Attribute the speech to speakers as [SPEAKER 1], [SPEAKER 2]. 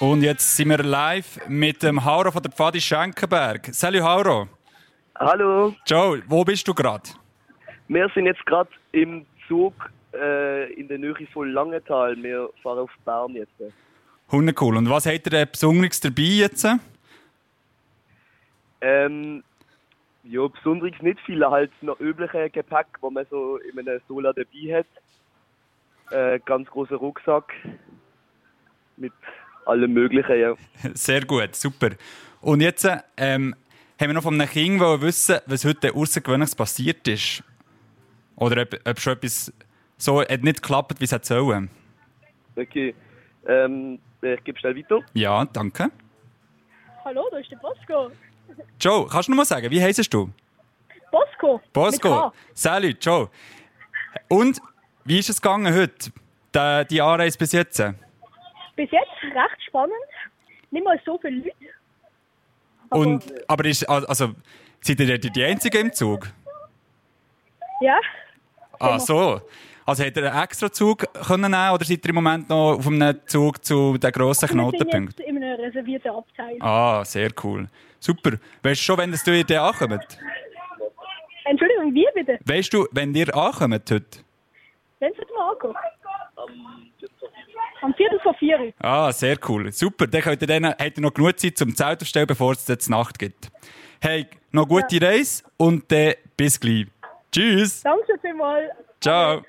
[SPEAKER 1] Und jetzt sind wir live mit dem Hauro von der Pfadi Schenkenberg. Salut Hauro.
[SPEAKER 2] Hallo,
[SPEAKER 1] Joe, wo bist du gerade?
[SPEAKER 2] wir sind jetzt gerade im Zug äh, in der Nähe von Langenthal. Wir fahren auf Bern jetzt.
[SPEAKER 1] Hundecool. Und was hat ihr Besonderes dabei jetzt?
[SPEAKER 2] Ähm, ja, besonderes nicht viel, halt noch übliche Gepäck, wo man so in einem Sola dabei hat. Äh, ganz großer Rucksack mit allem Möglichen, ja.
[SPEAKER 1] Sehr gut, super. Und jetzt ähm, haben wir noch von einem Kind wollen wissen, was heute außergewöhnliches passiert ist. Oder ob, ob schon etwas so hat nicht geklappt, wie es hätte sollen.
[SPEAKER 2] Okay, ähm, ich gebe schnell weiter.
[SPEAKER 1] Ja, danke.
[SPEAKER 3] Hallo, da ist der Bosco.
[SPEAKER 1] Joe, kannst du noch mal sagen, wie heisst du?
[SPEAKER 3] Bosco. Mit
[SPEAKER 1] Bosco.
[SPEAKER 3] K.
[SPEAKER 1] Salut, Joe. Und wie ist es gegangen heute? Die, die Anreise bis jetzt?
[SPEAKER 3] Bis jetzt recht spannend. Nicht mal so viele Leute.
[SPEAKER 1] Und, aber ist, al- also, seid ihr die die Einzigen im Zug?
[SPEAKER 3] Ja.
[SPEAKER 1] Ah, so. Also, hättet ihr einen extra Zug können nehmen oder seid ihr im Moment noch auf einem Zug zu den grossen
[SPEAKER 3] Wir sind
[SPEAKER 1] Knotenpunkten?
[SPEAKER 3] jetzt in einem reservierten Abteil.
[SPEAKER 1] Ah, sehr cool. Super. Weißt du schon, wenn das ihr da ankommt?
[SPEAKER 3] Entschuldigung, wir bitte.
[SPEAKER 1] Weißt du, wenn ihr ankommt heute?
[SPEAKER 3] Wenn es mal angeht. Am Viertel vor vier.
[SPEAKER 1] Ah, sehr cool. Super. Dann könnt ihr dann, habt ihr noch genug Zeit zum Zelt aufstellen, bevor es jetzt Nacht gibt. Hey, noch gute Reise und dann bis gleich. Tschüss.
[SPEAKER 3] Danke vielmals.
[SPEAKER 1] Ciao.